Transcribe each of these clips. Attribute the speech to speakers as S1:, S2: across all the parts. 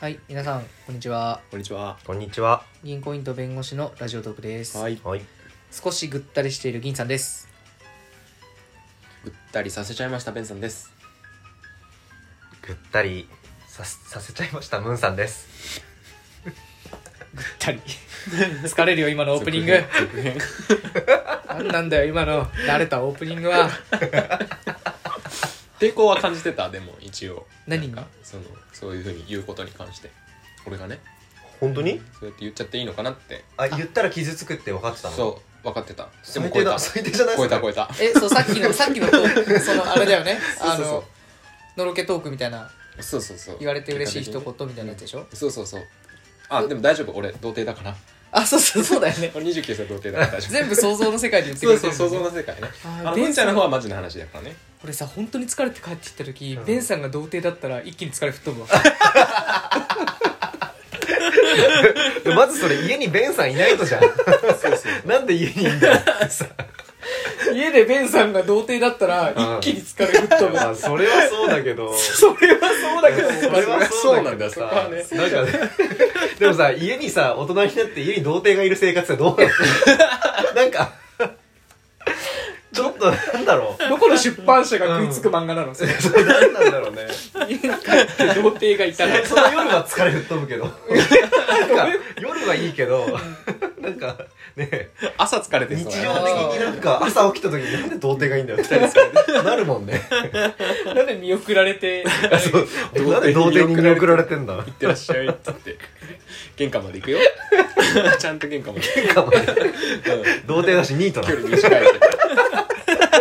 S1: はい、皆さん、こんにちは。
S2: こんにちは。
S3: こんにちは。
S1: 銀行員と弁護士のラジオトークです。
S2: はい。
S3: はい。
S1: 少しぐったりしている銀さんです。
S2: ぐったりさせちゃいました、ベンさんです。
S3: ぐったりさせさせちゃいましたムンさんです。
S1: ぐったり。 疲れるよ、今のオープニング。
S2: 続編。 続
S1: なんなんだよ、今の慣れたオープニングは。
S2: 編抵抗は感じてた、でも、一応。
S1: 何
S2: なん
S1: が
S2: かその、そういうふうに言うことに関して。俺がね、
S3: 本当に？
S2: そうやって言っちゃっていいのかなって。
S3: あ言ったら傷つくって分かってたの。
S2: そう、分かってた。でも
S3: 最
S2: 超
S3: 低
S2: えた
S3: だ。。最低じゃないで
S2: 超え
S3: す
S2: た、
S3: か。
S2: 超えた。
S1: え、そう、さっき の、さっきのトーク、その、あれだよね。あ
S2: そうそう
S1: の、のろけトークみたいな、
S2: そうそうそう。
S1: 言われて嬉しい一
S2: 結果
S1: 言みたいなやつでしょ
S2: 的に。そうそうそう。あ、でも大丈夫、俺、童貞だから。
S1: あ、そうそう、そうだよね。
S2: 俺29歳童貞だから大丈夫。
S1: 全部想像の世界で言ってく
S2: そ
S1: れ
S2: う
S1: て
S2: そう、
S1: るんだ
S2: 想
S1: よね。
S2: 像の世界ね。
S1: あー
S2: あの、
S1: ベン
S2: ベンちゃんの方はマジな話だからね。
S1: 俺さ本当に疲れて帰ってきた時、
S3: うん
S1: ベンさんが童貞だったら一気に疲れ吹っ飛ぶわ
S3: でまずそれ家にベンさんいないと じゃん。なんで家にいんだよ。
S1: 家でベンさんが童貞だったら一気に疲れ吹っ飛ぶ
S3: まあそれはそうだけど。
S1: それはそうだけど
S3: それはそうだけど
S2: そこは
S3: さ、
S2: ね
S3: なんかね、でもさ、家にさ、大人になって家に童貞がいる生活ってどうなのなんか、ちょっとなんだろう。
S1: どこの出版社が食いつく漫画なの、それ
S3: それ何 なんだろうね。
S1: 家に帰って童貞がいたら
S3: その夜は疲れ吹っ飛ぶけど。なんか、夜はいいけど、なんか、ね、
S2: 朝疲れて
S3: 日
S2: そう
S3: 常
S2: だね
S3: 的になんか朝起きた時になんで童貞がいいんだよってなるもんね。
S1: なんで見送られて
S3: そうなんで童貞に見送られてんだ
S2: 行ってらっしゃいって言って玄関まで行くよちゃんと玄関まで
S3: なんかお前童貞だしニートな
S2: 距
S3: の
S2: 離短い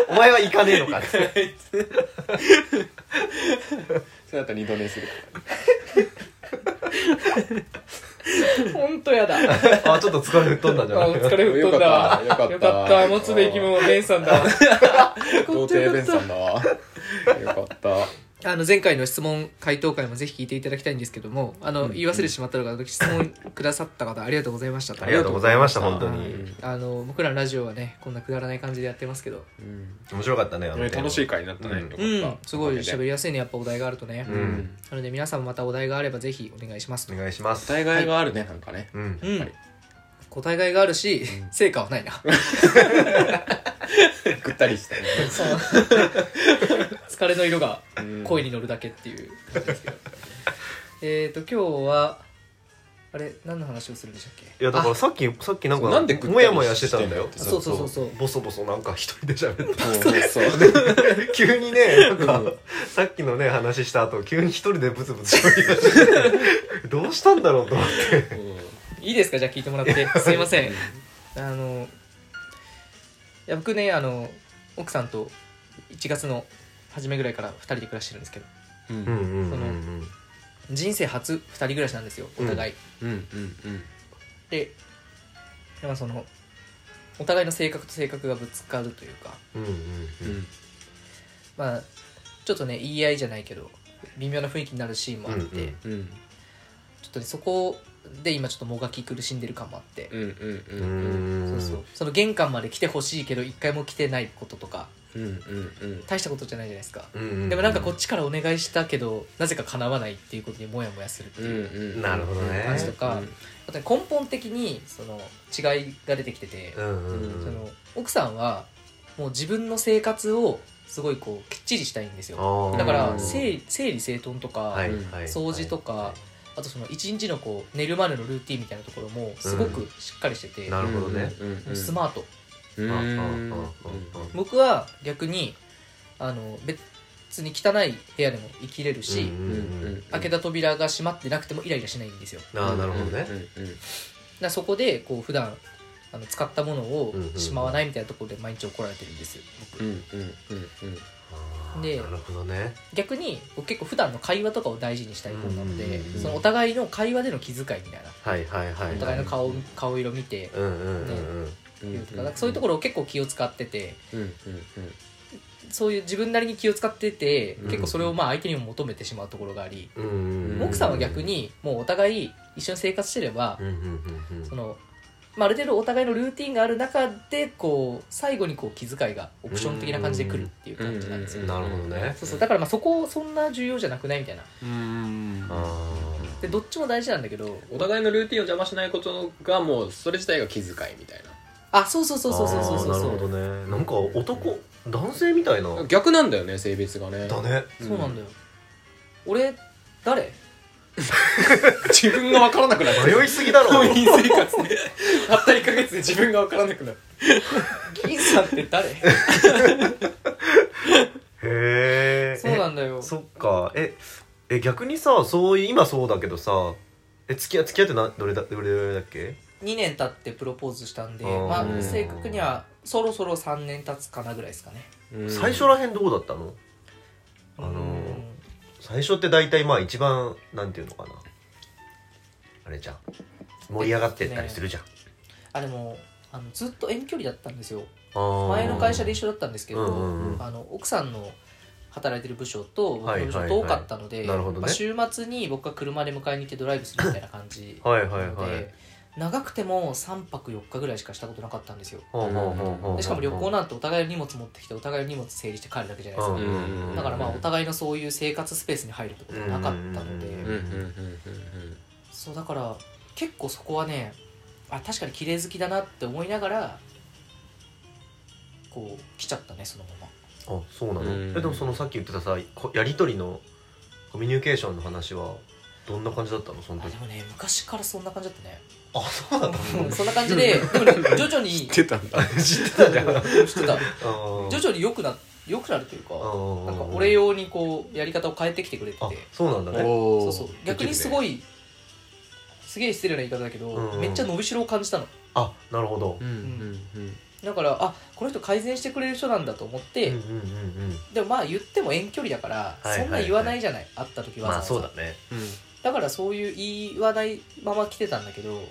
S3: お前は行かねえのかって。
S2: それだったら二度寝する
S1: 本当 やだあ
S3: あ、ちょっと疲れ吹っ飛んだんじゃない
S1: お疲れ吹っ飛んだわ
S2: よかった
S1: よか
S2: よか
S1: っ
S2: った
S1: た持つべきものベンさんだわ
S2: 童貞弁さんだわよかった
S1: あの前回の質問回答会もぜひ聞いていただきたいんですけどもあの言い忘れてしまったのが質問くださった方ありがとうございましたと
S3: ありがとうございました、本当
S1: は
S3: に。
S1: い、あの僕らのラジオはねこんなくだらない感じでやってますけど、
S2: うん
S3: 面白かったね、あの
S2: ね楽しい。回になったね
S3: うん
S2: よかっ
S1: うん、
S2: た
S1: すごい喋り
S2: り
S1: やすいねやっぱお題があるとね、
S3: う
S2: うんん
S1: なので皆さんもまたお題があればぜひお願いします
S3: お願いします。
S2: 大概があるねなんかね
S3: うん。
S1: うん
S2: やっぱ
S1: 答えがいがあるし、成果は ないな
S2: りぐったりしたね
S1: そう疲れの色が
S2: うん
S1: 声に乗るだけって いう感じですけどえっと今日はあれ何の話をするんでしたっけ
S3: いや、だからさっき、さっきなんか、
S2: なんでぐったり
S3: もやもやしてたんだよ
S2: し。て
S1: んのそうそうそうそう
S3: ボソボソなんか一人で喋って。
S2: そうそう
S3: 急にね、なんか
S2: うん、
S3: さっきのね、話した後、急に一人でブツブツ喋り出して、どうしたんだろうと思って。
S2: うん
S1: いいですかじゃあ聞いてもら ってすいませんあのいや僕ねあの奥さんと1月の初めぐらいから2人で暮らしてるんですけど
S2: うん
S3: う
S2: うんん
S3: うん
S1: そ
S3: うん
S1: の
S3: うん。
S1: 人生初2人暮らしなんですよお互い、
S2: うんうん
S1: ででもそのお互いの性格と性格がぶつかるというか
S3: うんうん
S2: う
S3: うん
S2: ん
S1: まあちょっとね言い合いじゃないけど微妙な雰囲気になるシーンもあって、
S3: うんうん
S1: ちょ
S2: うん
S1: っとねそこで今ちょっともがき苦しんでる感もあって、
S2: うんうん
S3: う
S2: うんうん
S3: ん
S1: そうそうその玄関まで来てほしいけど一回も来てないこととか
S2: うんうん
S1: 大したことじゃないじゃないですか、
S3: うん
S1: でもなんかこっちからお願いしたけどなぜか叶わないっていうことにモヤモヤするって
S2: うんう
S1: いう、
S2: ん
S3: なるほどね
S1: 感じとかあとね根本的にその違いが出てきてて、
S3: うんうんうん
S1: その奥さんはもう自分の生活をすごいこうきっちりしたいんですよ
S3: あー
S1: だから
S2: うん
S1: 整理整理整頓とか、
S3: はい
S2: うん
S3: はい
S1: 掃除とか、あとその一日のこう寝るまでのルーティンみたいなところもすごくしっかりしてて、
S3: なるほどね
S2: うんうんうんうん
S1: スマート
S2: うん
S3: あああああ
S1: 僕は逆にあの別に汚い部屋でも生きれるし、
S3: うんうんうん
S1: 開けた扉が閉まってなくてもイライラしないんですよだか
S3: ああなるほどね
S2: うんうんうん
S1: らそこでこう普段あの使ったものを
S3: うんうん
S1: しまわないみたいなところで毎日怒られてるんです僕
S2: うんうんうんうん
S3: あー
S1: で
S3: なるほどね
S1: 逆に僕結構普段の会話とかを大事にしたい方なので、
S3: うんうんうん
S1: そのお互いの会話での気遣いみたいな、
S3: はいはいはい
S1: お互いの顔顔色見て
S3: うんうんうんうん
S1: 言うとか,、そういうところを結構気を使ってて
S2: うんうんうん
S1: そういう自分なりに気を使ってて
S3: うん
S1: 結構それをまあ相手にも求めてしまうところがあり、
S3: うんうんうん
S1: 奥さんは逆にもうお互い一緒に生活してれば、
S3: うんうんうんうん
S1: そのまあ、ある程度お互いのルーティンがある中でこう最後にこう気遣いがオプション的な感じで来るっていう感じなんですよ、
S2: うん
S3: なるほどね
S1: そうそうだからまあそこそんな重要じゃなくないみたいな
S2: うん
S3: あ
S1: ででどっちも大事なんだけど
S2: お互いのルーティンを邪魔しないことがもうそれ自体が気遣いみたい
S1: あそうそうそうそうそうそうそう
S3: あーなるほどねなんか男男性みたいな
S2: な逆なんだよね性別がね
S3: だね
S1: そうなんだよ、俺誰
S2: 自分が分からなくなって
S3: 迷いすぎだろ
S2: 婚姻生活でたった1ヶ月で自分が分からなくなる
S1: 銀さんって誰
S3: へえ
S1: そうなんだよ
S3: そっかええ逆にさそういう今そうだけどさえ付き合付き合ってなどれだどれぐらいだっけ
S1: 2年経ってプロポーズしたんで
S3: あー
S1: まあ正確にはそろそろ3年経つかなぐらいですかね
S3: 最初
S2: の
S3: らへんどうだったのあのー
S1: うん
S3: 最初って大体まあ一番なんていうのかなあれじゃん盛り上がってったりするじゃん、
S1: あでもあのずっと遠距離だったんですよ
S3: あー
S1: 前の会社で一緒だったんですけど、
S3: うんうんうん
S1: あの奥さんの働いてる部署と僕
S3: はい
S1: の
S3: は
S1: 部
S3: いは
S1: 署
S3: い
S1: 遠かったので、
S3: なるほどね
S1: まあ、週末に僕が車で迎えに行ってドライブするみたいな感じ
S3: はいは
S1: ないので、
S3: はい
S1: 長くても3泊4日ぐらいしかしたことなかったんですよ
S3: ほうほうほうほうほう
S1: でしかも旅行なんてお互いの荷物持ってきてお互いの荷物整理して帰るだけじゃないです
S3: うん
S1: か、
S3: うんうんうん
S1: だからまあお互いのそういう生活スペースに入るってことがなかったので、
S3: うんうんう
S2: う
S3: ん
S2: んうんうん
S1: そうだから結構そこはねあ確かに綺麗好きだなって思いながらこう来ちゃったねそのまま
S3: あそうなの、
S2: うん
S3: えでもそのさっき言ってたさこやり取りのコミュニケーションの話はどんな感じだったのその
S1: あ
S3: 時
S1: でもね昔からそんな感じだったね
S3: あそうなんだ
S1: うんそんな感じ ででもね徐々に
S2: 知ってたんだ
S3: 知ってたじゃんあ
S1: うん知ってた
S3: ー
S1: 徐々に良くな良くなるというか
S3: あ
S1: なんか
S3: ー
S1: 俺用にこうやり方を変えてきてくれて
S3: あ
S1: て
S3: そうなんだね
S1: そうそう逆にすご
S2: い
S1: いすげえ失礼な言い方だけど、
S3: うんうん
S1: めっちゃ伸びしろを感じたの
S3: あなるほど
S2: うんうん
S1: だからあこの人改善してくれる人なんだと思って、
S3: うんうんうんうん
S1: でもまあ言っても遠距離だから、
S3: いはいはい
S1: そんな言わないじゃない会った時は、
S3: まあそうだね
S2: うん
S1: だからそういう言わないまま来てたんだけど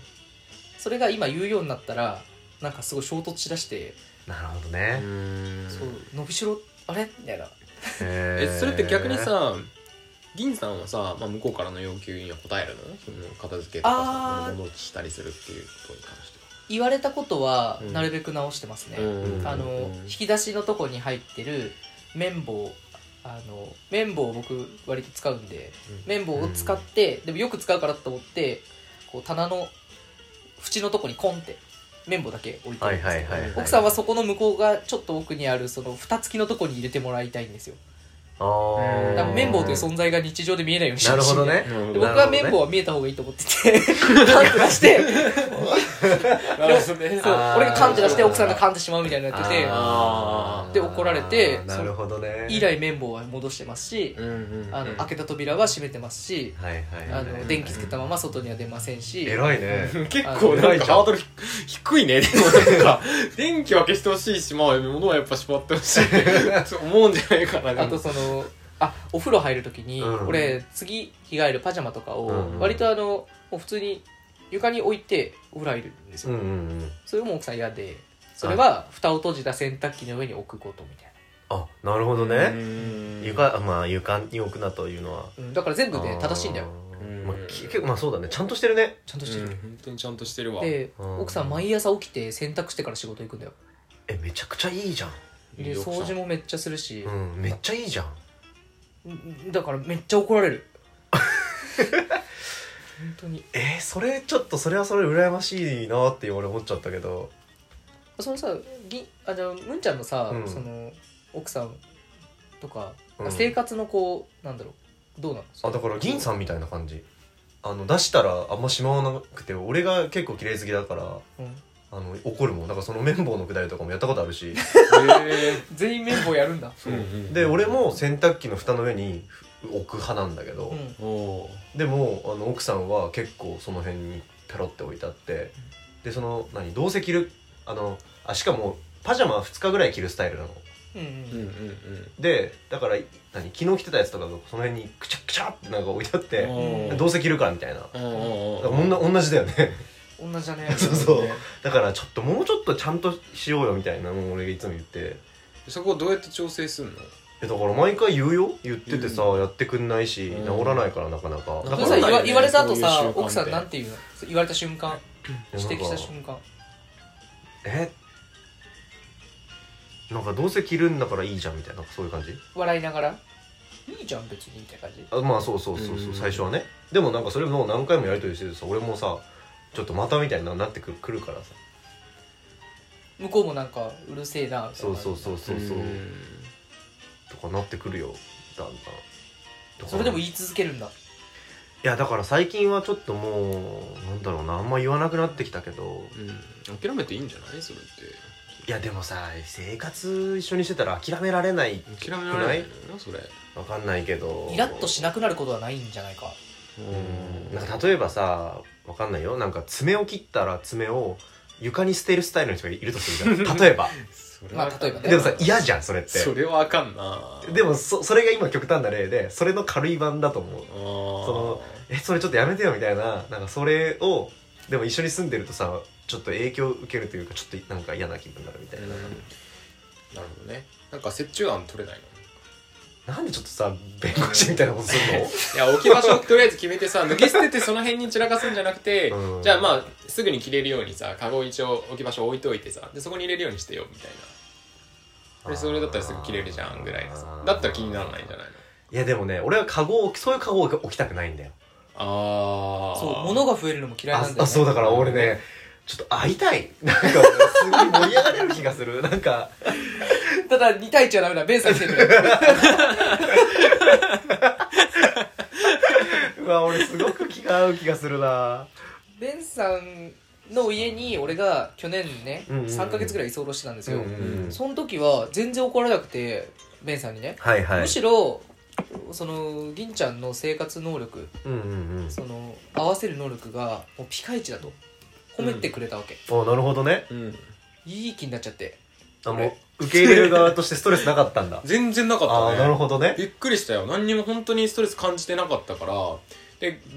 S1: それが今言うようになったらなんかすごい衝突しだして、
S3: なるほど
S2: う
S3: ね
S2: ん
S1: そう伸びしろあれみたいな
S3: え
S2: えそれって逆にさ銀さんはさ、まあ、向こうからの要求には応えるのその片付けとか
S1: あ
S2: さ
S1: ー
S2: 物持ちしたりするっていうことに関して
S1: 言われたことは
S2: うん
S1: なるべく直してますね、
S3: うん
S1: あの、引き出しのとこに入ってる綿棒あの綿棒を僕割と使うんで
S3: うん
S1: 綿棒を使って、でもよく使うからと思ってこう棚の縁のとこにコンって綿棒だけ置いて
S3: は
S1: るん
S3: い
S1: ですよ
S3: はいはいい
S1: 奥さんはそこの向こうがちょっと奥にあるその蓋付きのとこに入れてもらいたいんですよ
S3: あー
S1: だから綿棒という存在が日常で見えないようにして
S3: な
S1: ほ
S3: る
S1: しい
S3: ほ
S1: んでで
S2: なるほど
S3: どね
S1: 僕は綿棒は見えた方がいいと思っててカンって出してそう
S3: あー
S1: 俺がカンって出して奥さんがカンってしまうみたいになってて
S2: あー
S1: で怒られて
S3: なるほどね
S1: 以来綿棒は戻してますし、あの開けた扉は閉めてますし、
S3: はいはいはい
S1: あの電気つけたまま外には出ませんし、
S3: 偉いね
S2: 結構なんかハードル低いねでもなんか電気は消してほしいしまあ物はやっぱしまってほしいそう思うんじゃないかな
S1: あとそのあお風呂入る時に、
S3: うん
S1: 俺次着替えるパジャマとかを
S3: うん
S1: 割とあのもう普通に床に置いてお風呂入るんです
S3: う
S1: よ、
S3: んうんうん
S1: それも奥さん嫌でそれは蓋を閉じた洗濯機の上に置くことみたい
S3: あなるほどね
S2: 床
S3: 床まあ床に置くなというのは
S1: な、うんだから全部で正しいんだよ
S3: あ
S2: う
S3: ー
S2: ん
S3: まあき結構まあそうだねちゃんとしてるね
S1: ちゃんとしてる、
S2: 本当にちゃんとしてるわ
S1: で
S3: うん
S1: 奥さん毎朝起きて洗濯してから仕事行くんだよ
S3: えめちゃくちゃいいじゃん
S1: で掃除もめっちゃするし
S3: う、んめっちゃいいじゃん
S1: んだからめっちゃ怒られ る本当に
S3: えー、それちょっとそれはそれ羨ましいなって俺思っちゃったけど
S1: そのさぎあじゃあむんちゃんのさ、
S3: うん
S1: その奥さんとか、
S3: うん
S1: 生活のこうなんだろうどうなの
S3: あだから銀さんみたいな感じあの出したらあんましまわなくて俺が結構綺麗好きだから
S1: うん
S3: あの怒るもんだからその綿棒のくだりとかもやったことあるし
S1: 全員綿棒やるんだ
S3: で俺も洗濯機の蓋の上に置く派なんだけど、
S1: うん
S2: お
S3: でもあの奥さんは結構その辺にペロって置いてあってでその何どうせ着るあのあしかもパジャマ2日ぐらい着るスタイルなの
S1: うん
S2: うんうん
S3: でだから何昨日着てたやつとかがその辺にくちゃくちゃってなんか置いてあって
S2: うん
S3: どうせ着るからみたいなだか
S2: お
S3: らおんな同じだよね
S1: うん同じだね
S3: そうそうだからちょっともうちょっとちゃんとしようよみたいなのを俺がいつも言って
S2: そこをどうやって調整するの
S3: えだから毎回言うよ言っててさやってくんないし
S2: うん
S3: 治らないからなかなか
S2: うん
S3: だ
S1: そ
S3: か
S1: れさ言
S2: そう
S3: ら
S2: だ
S1: わ
S2: よね
S1: 言われた後
S2: そうい
S1: さ
S2: う習慣って
S1: 奥さんなんて言うのそう言われた瞬間
S3: なん
S1: 指摘
S3: か
S1: した瞬間
S3: えなんかどうせ着るんだからいいじゃんみたいなそういう感じ
S1: 笑いながらいいじゃん別にみたいな感じ
S3: あまあそうそうそうそううん最初はねでもなんかそれもう何回もやり取りしてるとさ俺もさちょっとまたみたいになってくるくるからさ
S1: 向こうもなんかうるせえなみたいな
S3: そうそうそうそうそうとかなってくるよだんだんとか
S1: それでも言い続けるんだ
S3: いやだから最近はちょっともうなんだろうなあんま言わなくなってきたけど
S2: うん諦めていいんじゃないそれって
S3: いやでもさ生活一緒にしてたら諦められない
S2: 諦められないよなそれ
S3: わかんないけど
S1: イラッとしなくなることはないんじゃないか
S3: うんなんか例えばさわかんないよなんか爪を切ったら爪を床に捨てるスタイルの人がいるとするじ ゃん例えば
S2: それ
S1: ま
S2: は
S1: あ例えばね
S3: でもさ嫌じゃんそれって
S2: それはあかんな
S3: でもそそれが今極端な例でそれの軽い版だと思う
S2: そ
S3: えそれちょっとやめてよみたいななんかそれをでも一緒に住んでるとさちょっと影響を受けるというかちょっとなんか嫌な気分になるみたいな、
S2: なるほどねなんか折衷案取れないの
S3: なんでちょっとさ弁護士みたいなことす る
S2: いや置き場所とりあえず決めてさ脱ぎ捨ててその辺に散らかすんじゃなくて、
S3: うん
S2: じゃあまあすぐに着れるようにさカゴ一応置き場所置いといてさでそこに入れるようにしてよみたいなで
S3: の
S2: それだったらすぐ着れるじゃんぐらいのさだったら気にならないんじゃないの
S3: いやでもね俺はカゴをそういうカゴを置きたくないんだよ
S2: ああ
S1: そう物が増えるのも嫌いなんだ
S3: あ
S1: よ、ね、
S3: あそう
S1: だ
S3: だから俺ねちょっと会いたいなんかすごい盛り上がれる気がするなんか
S1: ただ2対1はダメだベンさん来てくれ
S3: うわ俺すごく気が合う気がするな
S1: ベンさんの家に俺が去年ね、
S3: うんうんうん
S1: 3ヶ月ぐらい居候してたんですよ、
S2: うん
S1: その時は全然怒られなくてベンさんにね、
S3: はいはい
S1: むしろその銀ちゃんの生活能力
S3: うんうんうん
S1: その合わせる能力がもうピカイチだと褒めてくれたわけ、
S3: おなるほどね
S2: うん
S1: いい気になっちゃって
S3: あ
S2: これ
S3: もう受け入れる側としてストレスなかったんだ
S2: 全然なかった
S3: あ
S2: ね
S3: あなるほどね
S2: びっくりしたよ何にも本当にストレス感じてなかったからで